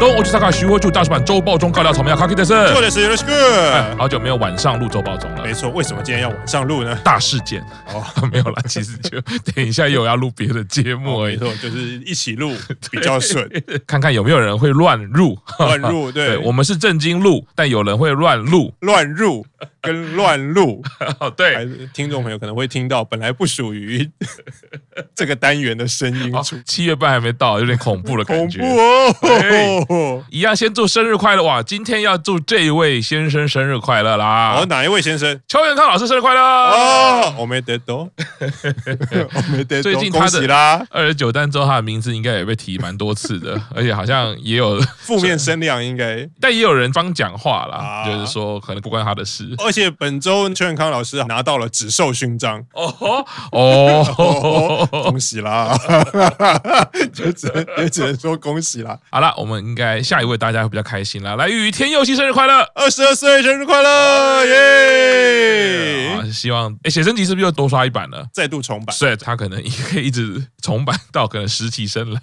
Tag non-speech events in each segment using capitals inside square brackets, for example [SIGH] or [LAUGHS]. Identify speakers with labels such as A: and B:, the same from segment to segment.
A: どうも、おちさか徐汇柱大叔版周报中告料草莓啊要 Kaki 的是。
B: [LAUGHS] 做的是 Yoshiko，、
A: [LAUGHS] 哎好久没有晚上录周报中了
B: 没，错。为什么今天要晚上录呢？
A: 大事件 [LAUGHS] 哦，没
B: [LAUGHS]
A: 有啦，其实就等一下又要录别的节目而
B: 哦没
A: 已，
B: 错，就是一起
A: [LAUGHS]
B: 录比较顺，
A: 看看有没有人会乱入。 [LAUGHS]
B: 乱入对
A: 对，我们是正经录，但有人会乱
B: [LAUGHS]
A: 录。[LAUGHS]
B: 乱入跟乱录，
A: 哦，对
B: 还，是听众朋友可能会听到本来不
A: [LAUGHS]
B: 属于这个单元的声音
A: 哦，七月半还没到，有点恐怖的感
B: 恐
A: 觉。
B: 怖啊哦！
A: 一样，先祝生日快乐哇！今天要祝这一位先生生日快乐啦！
B: 哦，哪一位先生？
A: 邱元康老师生日快乐！
B: 哦，我没得
A: [LAUGHS]
B: 懂，我没得懂，
A: 最近他
B: 恭
A: 的
B: 喜啦！
A: 二十九单之后，他的名字应该也被提蛮多次的， [LAUGHS] 而且好像也有，
B: 负面声量应该，
A: 但也有人帮讲话啦，
B: 啊
A: 就是说可能不关他的事。
B: 而且本周邱永康老师拿到了只授勋章，
A: 哦吼
B: [LAUGHS]
A: 哦，
B: 恭喜啦！就只能也只能说恭喜啦。
A: 好啦，我们应该下一位大家会比较开心啦。来，雨天佑希生日快乐！
B: 二十二岁生日快
A: 哦
B: 乐，耶！
A: 啊，希望哎，写真集是不是又多刷一版了？
B: 再度重版，
A: 所以他可能也可以一直重版到可能实习生来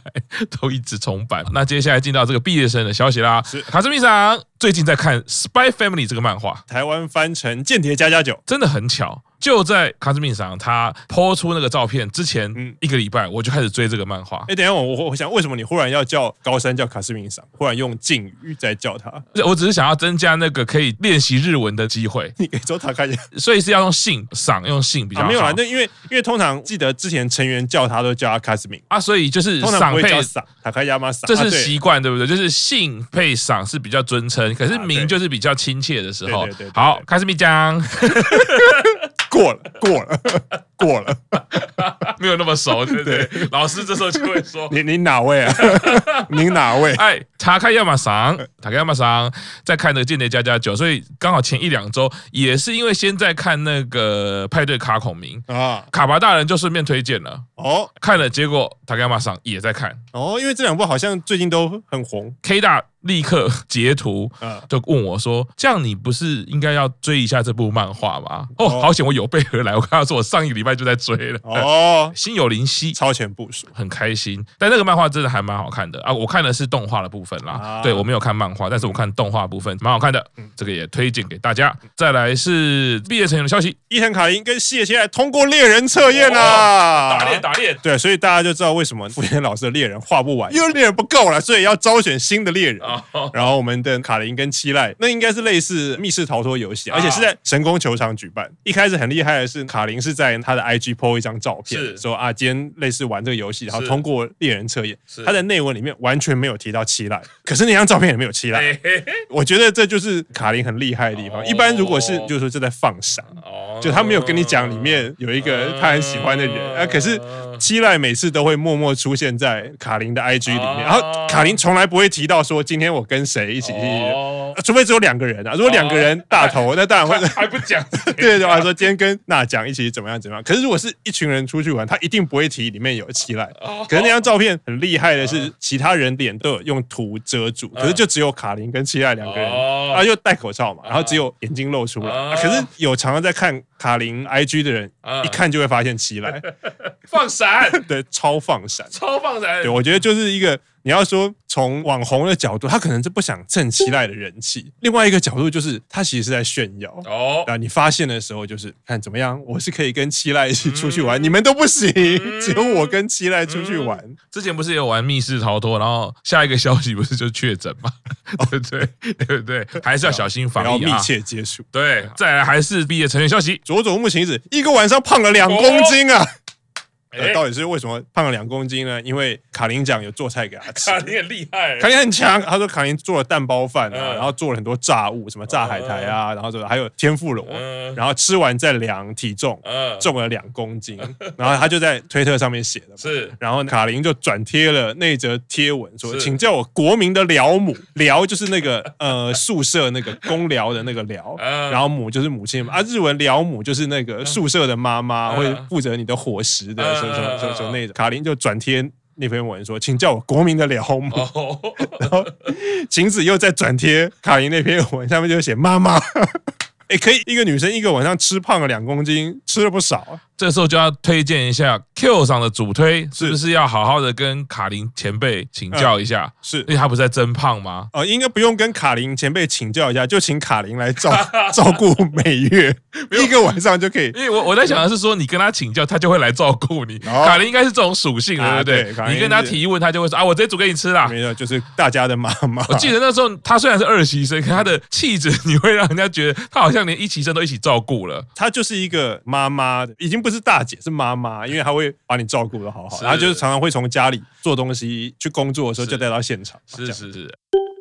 A: 都一直重版。那接下来进到这个毕业生的消息啦
B: 是，
A: 卡斯米长最近在看《Spy Family》这个漫画，
B: 台湾翻成《间谍加加酒》，
A: 真的很巧，就在卡斯米上他抛出那个照片之前
B: 嗯
A: 一个礼拜，我就开始追这个漫画。
B: 哎，等一下我我我想，为什么你忽然要叫高山叫卡斯明赏，忽然用敬语在叫他？ [LAUGHS]
A: 我只是想要增加那个可以练习日文的机会，
B: 你给周塔开一下
A: 所以是要用姓赏，用姓比较
B: 啊，
A: 好。
B: 没有啦，那因为因为通常记得之前成员叫他都叫他卡斯明，
A: 啊，所以就是
B: 通常
A: 赏
B: 不会
A: 配
B: 叫。赏塔开亚马赏，
A: 这
B: 啊
A: 是
B: 对
A: 习惯，对不对？就是姓配赏是比较尊称，可是
B: 啊
A: 名
B: 对
A: 就是比较亲切的时候
B: 对对对对。对
A: 好，卡斯米酱。
B: 过了过了过了，
A: [LAUGHS] 没有那么熟，对不对？老师这时候就会说
B: 你你哪位啊？ [LAUGHS] 您哪位：“？ [LAUGHS]
A: 哎，塔开亚马桑，塔开亚马桑在看那个《间谍加加九》，所以刚好前一两周也是因为先在看那个派对卡孔明，
B: 啊，
A: 卡巴大人就顺便推荐了，
B: 哦
A: 看了，结果塔开亚马桑也在看
B: 哦，因为这两部好像最近都很红，
A: ，K 大立刻截图。”
B: 啊，
A: 就问我说：“这样你不是应该要追一下这部漫画吗？”哦，
B: 哦
A: 好险，我有备而来。我跟他说，我上一个礼拜就在追了。 [LAUGHS]
B: 哦，
A: 心有灵犀，
B: 超前部署。
A: 很开心。但那个漫画真的还蛮好看的啊！我看的是动画的部分啦，
B: 啊嗯
A: 对我没有看漫画，但是我看动画部分蛮好看的，这个也推荐给大家。再来是毕业成员的消息，
B: 伊藤卡林跟谢谢通过猎人测验啦、
A: 打猎打猎。
B: 对，所以大家就知道为什么福田老师的猎人画不完，因为猎人不够了，所以要招选新的猎人。
A: 哦
B: 然后我们的卡林跟七濑，那应该是类似密室逃脱游戏，而且是在神宫球场举办。一开始很厉害的是，卡林是在他的 IG po 一张照
A: 是
B: 片，说啊，今天类似玩这个游戏，然后
A: 是
B: 通过猎人测验
A: 是。
B: 他的内文里面完全没有提到七濑，可是那张照片也没有七濑。
A: 嘿嘿嘿
B: 我觉得这就是卡林很厉害的地
A: 哦
B: 方。一般如果是就是说这在放闪，
A: 哦
B: [LAUGHS] 就他没有跟你讲里面有一个他很喜欢的人啊，可是七濑每次都会默默出现在卡琳的 IG 里面，
A: 哦
B: 然后卡琳从来不会提到说今天我跟谁一起去，
A: 哦
B: 啊除非只有两个人啊，如果两个人大
A: [LAUGHS]
B: 头，那当然会。
A: 还不讲，
B: [LAUGHS] 对对，我还说今天跟娜讲一起怎么样怎么样。可是如果是一群人出去玩，他一定不会提里面有七濑。
A: 哦
B: 可是那张照片很厉害的是，其他人脸都有用图遮住，可是就只有卡琳跟七濑两个人
A: 嗯哦
B: 啊，又戴口罩嘛，然后只有眼睛露出来。
A: 啊
B: 啊可是有常常在看卡琳 IG 的人
A: 啊，
B: 一看就会发现奇
A: [LAUGHS]
B: 来，
A: 放闪， [LAUGHS]
B: 对，超放闪。
A: 超放闪
B: 对，，我觉得就是一个你要说从网红的角度，他可能是不想蹭奇来的人气；另外一个角度就是他其实是在炫耀。
A: 哦。
B: 啊！你发现的时候，就是看怎么样，我是可以跟七濑一起出去玩，
A: 嗯
B: 你们都不行，只有我跟七濑出去玩。
A: 之前不是有玩密室逃脱，然后下一个消息不是就确诊吗？ [LAUGHS] 对不对？对不对？还是要小心
B: 不
A: 防
B: 哦要
A: 疫
B: 密
A: 啊！
B: 切接触。
A: 对，再来还是毕业成员消息，
B: 佐佐木晴子一个晚上胖了两公斤啊！
A: 哎
B: 呃到底是为什么胖了两公斤呢？因为卡琳讲有做菜给他吃。
A: [LAUGHS] 卡尼很厉害
B: 卡琳很强，他说卡琳做了蛋包饭啊，
A: 嗯
B: 然后做了很多炸物，什么炸海苔啊，然后什么还有天妇罗，
A: 嗯
B: 然后吃完再量体重，
A: 嗯，
B: 重了两
A: [LAUGHS]
B: 公斤，然后他就在推特上面写的嘛。
A: 是
B: 然后卡琳就转贴了那则贴文，说：“
A: 是
B: 请叫我国民的寮母，寮就是那个呃宿舍那个公寮的那个寮，
A: 嗯
B: 然后母就是母亲嘛，啊日文寮母就是那个宿舍的妈
A: 嗯
B: 妈，会负责你的伙食的，
A: 嗯
B: 什么什么什么什
A: 嗯嗯
B: 么那种。卡琳就转贴那篇文说，请叫我国民的寮母。
A: 哦， [LAUGHS]
B: 然后晴子又再转贴卡琳那篇文， [LAUGHS] 上面就写妈妈。哎，可以，一个女生一个晚上吃胖了两公斤，吃了不少。
A: 这时候就要推荐一下 Q 上的主推，是不是要好好的跟卡琳前辈请教
B: 嗯
A: 一下？
B: 是
A: 因为他不是在增胖吗？
B: 哦，应该不用跟卡琳前辈请教一下，就请卡琳
A: [LAUGHS]
B: 来照照顾每月一个晚上就可以。
A: 因为我我在想的是说，你跟他请教，他就会来照顾你。
B: 哦
A: 卡琳应该是这种属性的，
B: 啊
A: 对
B: 对
A: 不
B: 卡
A: 对？
B: 琳
A: 你跟他提问，他就会说啊，我直接煮给你吃啦。
B: 没啊有，就是大家的妈妈。
A: 我记得那时候他虽然是二期生，可他的气质你会让人家觉得他好像连一期生都一起照顾了。
B: 她就是一个妈妈，已经不是大姐，是妈妈，因为她会把你照顾的好好。
A: 是
B: 然后就是常常会从家里做东西去工作的时候，
A: 是
B: 就带到现场。这
A: 是
B: 样，
A: 是是。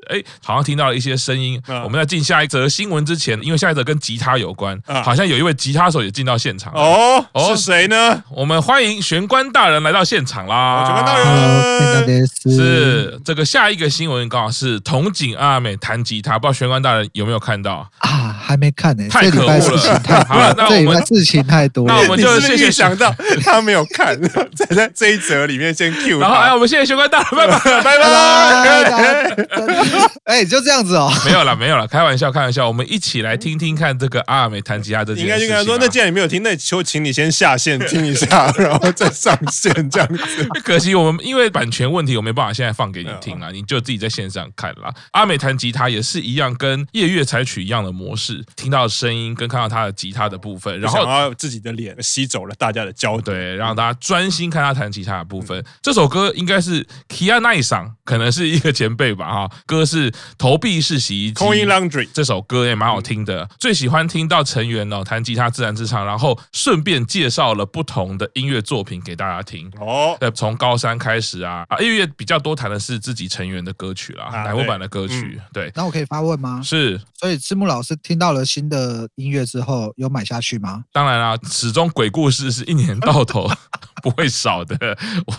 A: 哎，好像听到了一些声音。
B: 嗯
A: 我们在进下一则新闻之前，因为下一则跟吉他有关，
B: 啊
A: 好像有一位吉他手也进到现场。哦，
B: 哦，
A: 哦
B: 是谁呢？
A: 我们欢迎玄关大人来到现场啦！
B: 哦玄关大人
C: Hello，です。
A: 是这个下一个新闻刚好是筒井阿美弹吉他，不知道玄关大人有没有看到？
C: 啊，还没看呢、
A: 太
C: 这
A: 可恶了
C: 礼拜事情太多
A: 好了那我们
C: 这礼拜事情太多
A: [LAUGHS]
C: 了。
A: 那我们
B: 你
A: 就是
B: 不是
A: 谢谢
B: 预想
A: [LAUGHS]
B: 到他没有看， [LAUGHS] 在在这一则里面先 Q
A: 然后哎，
B: 他
A: 我。们谢谢玄关大人，拜拜。
B: [LAUGHS] 拜拜。
C: 拜 [LAUGHS] 拜大家哎，就这样子哦。
A: [LAUGHS] 没有啦，没有啦，开玩笑，开玩笑。我们一起来听听看这个阿美弹吉他这件事
B: 应
A: 情啊、
B: 该就跟他说，那既然你没有听，那就请你先下线听一下， [LAUGHS] 然后再上线这样子。
A: [LAUGHS] 可惜我们因为版权问题，我没办法现在放给你听啦，你就自己在线上看啦。阿美弹吉他也是一样，跟夜月采取一样的模式，听到声音跟看到他的吉他的部分，然
B: 然后
A: 后。
B: 自己的脸吸走了大家的焦点。
A: 对，让大家专心看他弹吉他的部分。这首歌应该是 Kia 奈桑，可能是一个前辈吧，哈。歌是投币式洗衣机。
B: Coin Laundry
A: 这首歌也蛮好听的，最喜欢听到成员哦弹吉他自弹自唱，然后顺便介绍了不同的音乐作品给大家听。
B: 哦，
A: 对，从高三开始啊，啊，因为比较多弹的是自己成员的歌曲啦，
B: 啊嗯
A: 乃木坂的歌曲，对，
C: 那我可以发问吗？
A: 是，
C: 所以赤木老师听到了新的音乐之后，有买下去吗？
A: 当然啦，始终鬼故事是一年到头 [LAUGHS] 不会少的。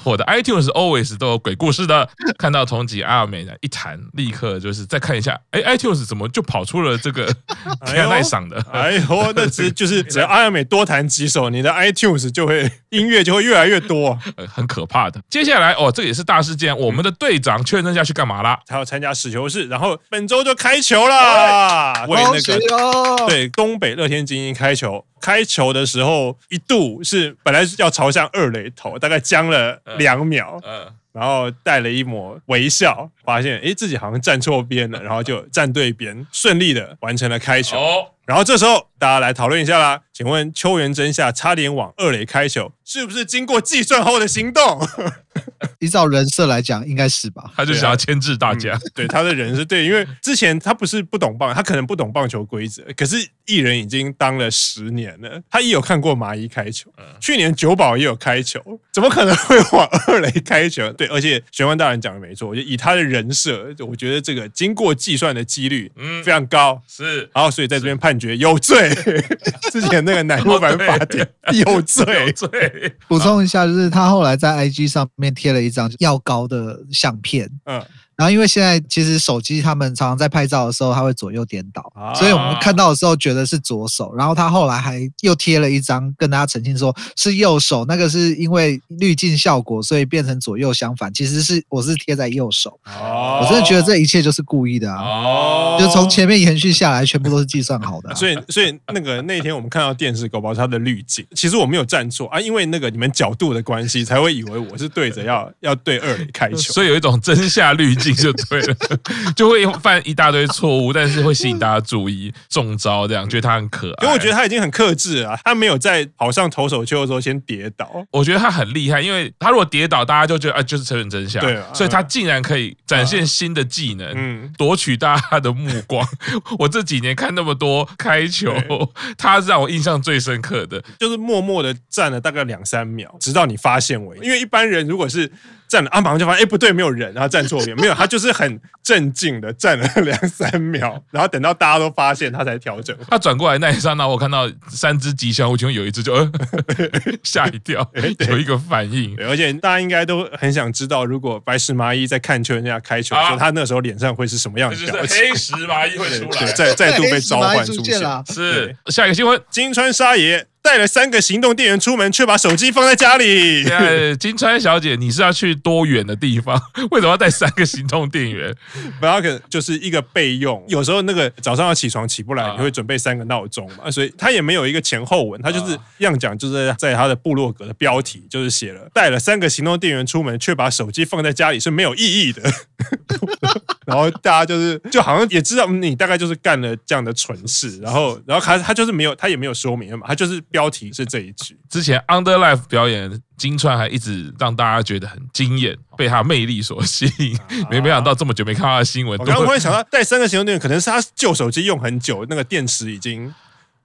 A: 我的 iTunes always 都有鬼故事的，看到同级阿美的一弹，立刻就是再看一下，哎，iTunes 怎么就跑出了这个 [LAUGHS]
B: 哎呦
A: 天奈赏的？
B: 哎呦，那只就是只要阿美多弹几首，你的 iTunes 就会音乐就会越来越多。
A: 呃，很可怕的。接下来哦，这也是大事件，我们的队长确认下去干嘛啦？
B: 还有参加史球士，然后本周就开球啦，为那
C: 哎恭喜
B: 个
C: 哦！
B: 对东北乐天精英开球。开球的时候一度是本来是要朝向二垒投，大概僵了
A: 嗯
B: 两秒，
A: 呃，
B: 然后带了一抹微笑，发现诶自己好像站错边了，然后就站对边，顺利的完成了开球。
A: 哦，
B: 然后这时候大家来讨论一下啦，请问秋元真夏差点往二垒开球，是不是经过计算后的行动？ [LAUGHS]
C: 依照人设来讲，应该是吧？
A: 他就想要牵制大家。
B: 对，他的人是对，因为之前他不是不懂棒，他可能不懂棒球规则，可是艺人已经当了十年了，他也有看过麻衣开球，去年九保也有开球，怎么可能会往二垒开球？对，而且玄幻大人讲的没错，我觉得以他的人设，我觉得这个经过计算的几率
A: 嗯
B: 非常高。
A: 是
B: 然后，所以在这边判决有罪。
C: [LAUGHS]
B: 之前那个乃木坂法典
C: 哦
B: 有罪
A: [LAUGHS] 有，罪。
C: 补充一下，就是他后来在 IG 上面贴了一张药膏的相片，
B: 嗯，
C: 然后因为现在其实手机他们常常在拍照的时候，它会左右颠倒，
B: 啊
C: 所以我们看到的时候觉得是左手，然后他后来还又贴了一张跟大家澄清说是右手，那个是因为滤镜效果，所以变成左右相反，其实是我是贴在右手，
B: 哦
C: 我真的觉得这一切就是故意的啊，
A: 哦
C: 就从前面延续下来，全部都是计算好的啊、
B: 所以，所以那个那天我们看到电视狗宝它的滤镜，其实我没有站错啊，因为那个你们角度的关系，才会以为我是对着
C: [LAUGHS]
B: 要要对二垒开球。
A: 所以有一种真下滤镜就对了， [LAUGHS] 就会犯一大堆错误，但是会吸引大家注意，中招这样，觉得他很可爱。
B: 因为我觉得他已经很克制了啊，他没有在跑上投手丘的时候先跌倒。
A: 我觉得他很厉害，因为他如果跌倒，大家就觉得啊，就是成本真相。
B: 对啊
A: 所以他竟然可以展现新的技能，
B: 嗯
A: 夺取大家的目光。 [LAUGHS] 我这几年看那么多开球
B: 对，
A: 他是让我印象最深刻的。
B: 就是默默的站了大概两三秒，直到你发现为止。因为一般人如果是站了啊，马上就发现哎、不对，没有人，然后站错边，没有，他就是很镇静的站了两三秒，然后等到大家都发现他才调整。
A: 他转过来那一刹那，我看到三只吉祥物，其中有一只就呃 [LAUGHS] 吓一跳，有一个反应。
B: 对，而且大家应该都很想知道，如果白石麻衣在看球人家开球的时候，
A: 啊
B: 他那时候脸上会是什么样的表情？
A: 石麻衣会
B: 对，再再度被召唤出
C: 黑石蚂蚁
B: 现
C: 出现。啦
B: [LAUGHS]
A: 是下一个新闻，
B: 金川沙野带了三个行动电源出门，却把手机放在家里。
A: 呃，金川小姐，你是要去多远的地方？ [LAUGHS] 为什么要带三个行动电源？
B: 然后可能就是一个备用。有时候那个早上要起床起不来，
A: 啊
B: 你会准备三个闹钟嘛，所以他也没有一个前后文，他就是
A: 啊
B: 样讲，就是在他的部落格的标题就是写了带了三个行动电源出门，却把手机放在家里是没有意义的。 [LAUGHS] 然后大家就是就好像也知道嗯你大概就是干了这样的蠢事，然后然后他他就是没有他也没有说明嘛，他就是标题是这一句。
A: 之前 Underlife 表演，金川还一直让大家觉得很惊艳，被她魅力所吸引。没没想到这么久没看到她的新闻，
B: 啊我刚刚
A: [LAUGHS] 都
B: 忽然想到，带三个行动电源可能是他旧手机用很久，那个电池已经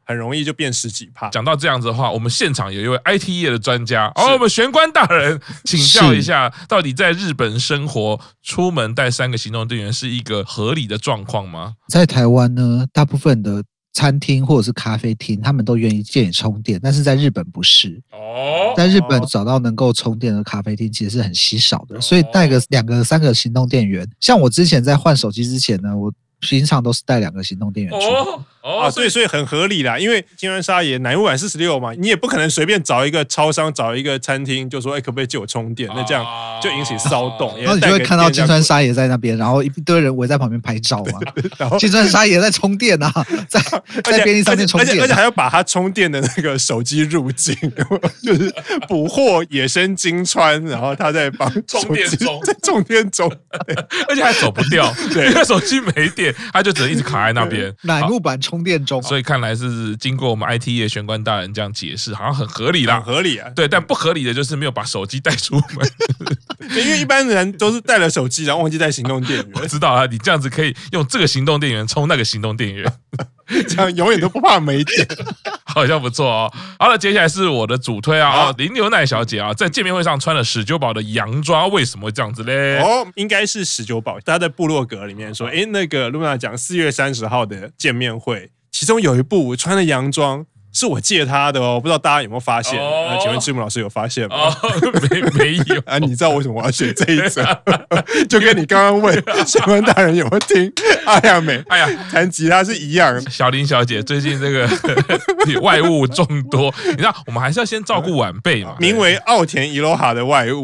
B: 很容易就变十几帕。
A: 讲到这样子的话，我们现场有一位 IT 业的专家，哦，我们玄关大人请教一下，到底在日本生活，出门带三个行动电源是一个合理的状况吗？
C: 在台湾呢，大部分的餐厅或者是咖啡厅，他们都愿意借你充电，但是在日本不是。
A: 哦
C: 在日本找到能够充电的咖啡厅其实是很稀少
B: 哦
C: 的，所以带个两个、三个行动电源。像我之前在换手机之前呢，我平常都是带两个行动电源出门。
A: 哦
B: 啊，
A: 哦，
B: 对，所以很合理啦，因为金湾沙也南五晚四十六嘛，你也不可能随便找一个超商、找一个餐厅就说，哎、可不可以借我充电？
A: 啊
B: 那这样
C: 啊
B: 就引起骚动
A: 哦
B: 因为
C: 然后你就会看到金川
B: 带个电
C: 沙也在那边，然后一堆人围在旁边拍照啊
B: [LAUGHS]
C: 嘛。
B: 然后
C: 金川沙也在充电啊，在
B: 哦 [LAUGHS] 而且
C: 在便利商店充
B: 而且而且
C: 电啊
B: 而且。还要把他充电的那个手机入境， [LAUGHS] 就是捕获野生金川，然后他在帮
A: 充电
B: 手机
A: 中
B: [LAUGHS] 在充电中，
A: 而且还走不 [LAUGHS] 掉，
B: 对
A: 因为手机没电，他就只能一直卡在那边。
C: 乃木坂充电中，
A: 所以看来是经过我们 IT 业玄关大人这样解释，好像很合理
B: 很
A: 啦。
B: 合理啊。
A: 对，但不合理的就是没有把手机带出门。 [LAUGHS]
B: 对，因为一般人都是带了手机，然后忘记带行动电
A: 我
B: 源， [LAUGHS]
A: 知道啊，你这样子可以用这个行动电源充那个行动电源。
B: 这样永远都不怕没电。
A: [LAUGHS] 好像不错哦。好了，接下来是我的主推啊，
B: 好
A: 啊林牛奶小姐啊，在见面会上穿了史久堡的洋装，为什么会这样子嘞？
B: 哦，应该是十九宝，他在部落格里面
A: 哦
B: 说，诶，那个露娜讲四月三十号的见面会，其中有一部我穿的洋装是我借他的哦，不知道大家有没有发现？啊
A: 哦
B: 那请问志木老师有发现吗？。
A: 哦，没没有
B: 啊，你知道为什么我要选这
A: [LAUGHS]
B: 一则？就跟你刚刚问玄关大人有没有听阿亚美
A: 哎呀，
B: 弹吉他是一样的。
A: 小林小姐最近这
B: [LAUGHS]
A: 个外务众多，你知道我们还是要先照顾晚辈嘛。
B: 名啊为奥田伊罗哈的外物，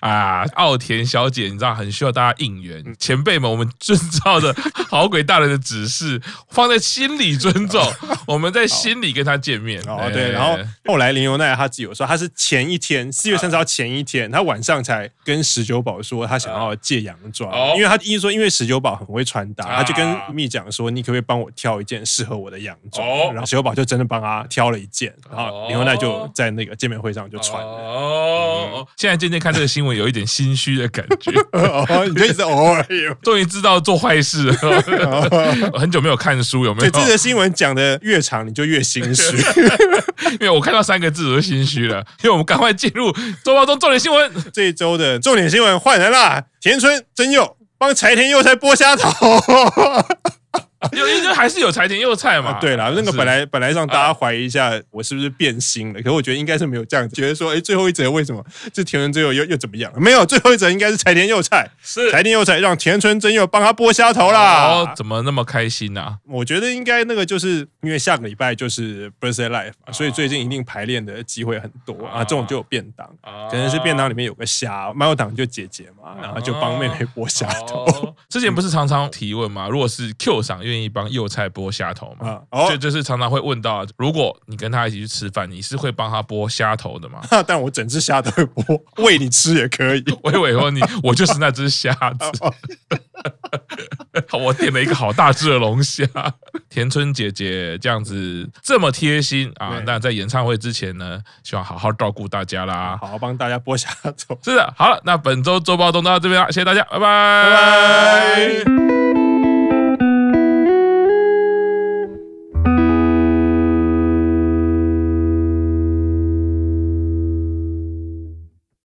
A: 啊，奥田小姐，你知道很需要大家应援，
B: 嗯
A: 前辈们，我们遵照着好鬼大人的指示，放在心里尊
B: [LAUGHS]
A: 重，我们在心里跟他见面。
B: 哦
A: 哎
B: 对，然后后来林由奈她自己有说，她是前一天四月三十号前一天，她晚上才跟十九宝说她想要借洋装
A: 哦，
B: 因为她一说因为十九宝很会穿搭，
A: 啊
B: 她就跟蜜讲说你可不可以帮我挑一件适合我的洋装
A: 哦，
B: 然后十九宝就真的帮她挑了一件，然后
A: 哦
B: 林由奈就在那个见面会上就穿了。
A: 哦，
B: 嗯
A: 现在渐渐看这个新闻有一点心虚的感觉。 [LAUGHS]
B: [LAUGHS] 哦，你就一直偶尔有。
A: 终于知道做坏事
B: [LAUGHS]
A: 了，很久没有看书，有没
B: 对，
A: 有？
B: 这则新闻讲的越长，你就越心
A: [LAUGHS]
B: 虚。
A: 因为我看到三个字我就心虚了，因为我们赶快进入周报中重点新
B: [LAUGHS]
A: 闻。
B: 这一周的重点新闻换人啦，田村真佑帮柴田佑菜剥虾头。
A: 有一个还是有柴田佑菜嘛？
B: 哦啊对啦，那个
A: 啊是啊
B: 本来本来让大家怀疑一下我是不是变心了，可是我觉得应该是没有这样，觉得说，哎，最后一则为什么这田村真佑又又怎么样？没有，最后一则应该是柴田佑
A: [LAUGHS]
B: 菜，
A: 是
B: 柴田佑菜让田村真佑帮他剥虾头
A: 哦
B: 啦，。
A: 怎么那么开心啊呢？
B: 我觉得应该那个就是因为下个礼拜就是 birthday life，嘛
A: 哦
B: 所以最近一定排练的机会很多啊，这种就有便当。可能是便当里面有个虾，麦当党就姐姐嘛，然后就帮妹妹剥虾头
A: 哦之前不是常常提问吗？如果是 Q 赏愿意帮幼菜剥虾头吗？
B: 啊。哦
A: 就，就是常常会问到，如果你跟他一起去吃饭，你是会帮他剥虾头的吗？
B: [LAUGHS] 但我整只虾都会剥，喂你吃也可以。
A: [LAUGHS] 我以为说你，我就是那只虾子。我点了一个好大只的龙虾。田村姐姐这样子这么贴心啊
B: 对！
A: 那在演唱会之前呢，希望好好照顾大家啦。
B: 好好帮大家剥虾头。
A: 是的，好了，那本周周报动到这边了，谢谢大家，拜拜
B: 拜拜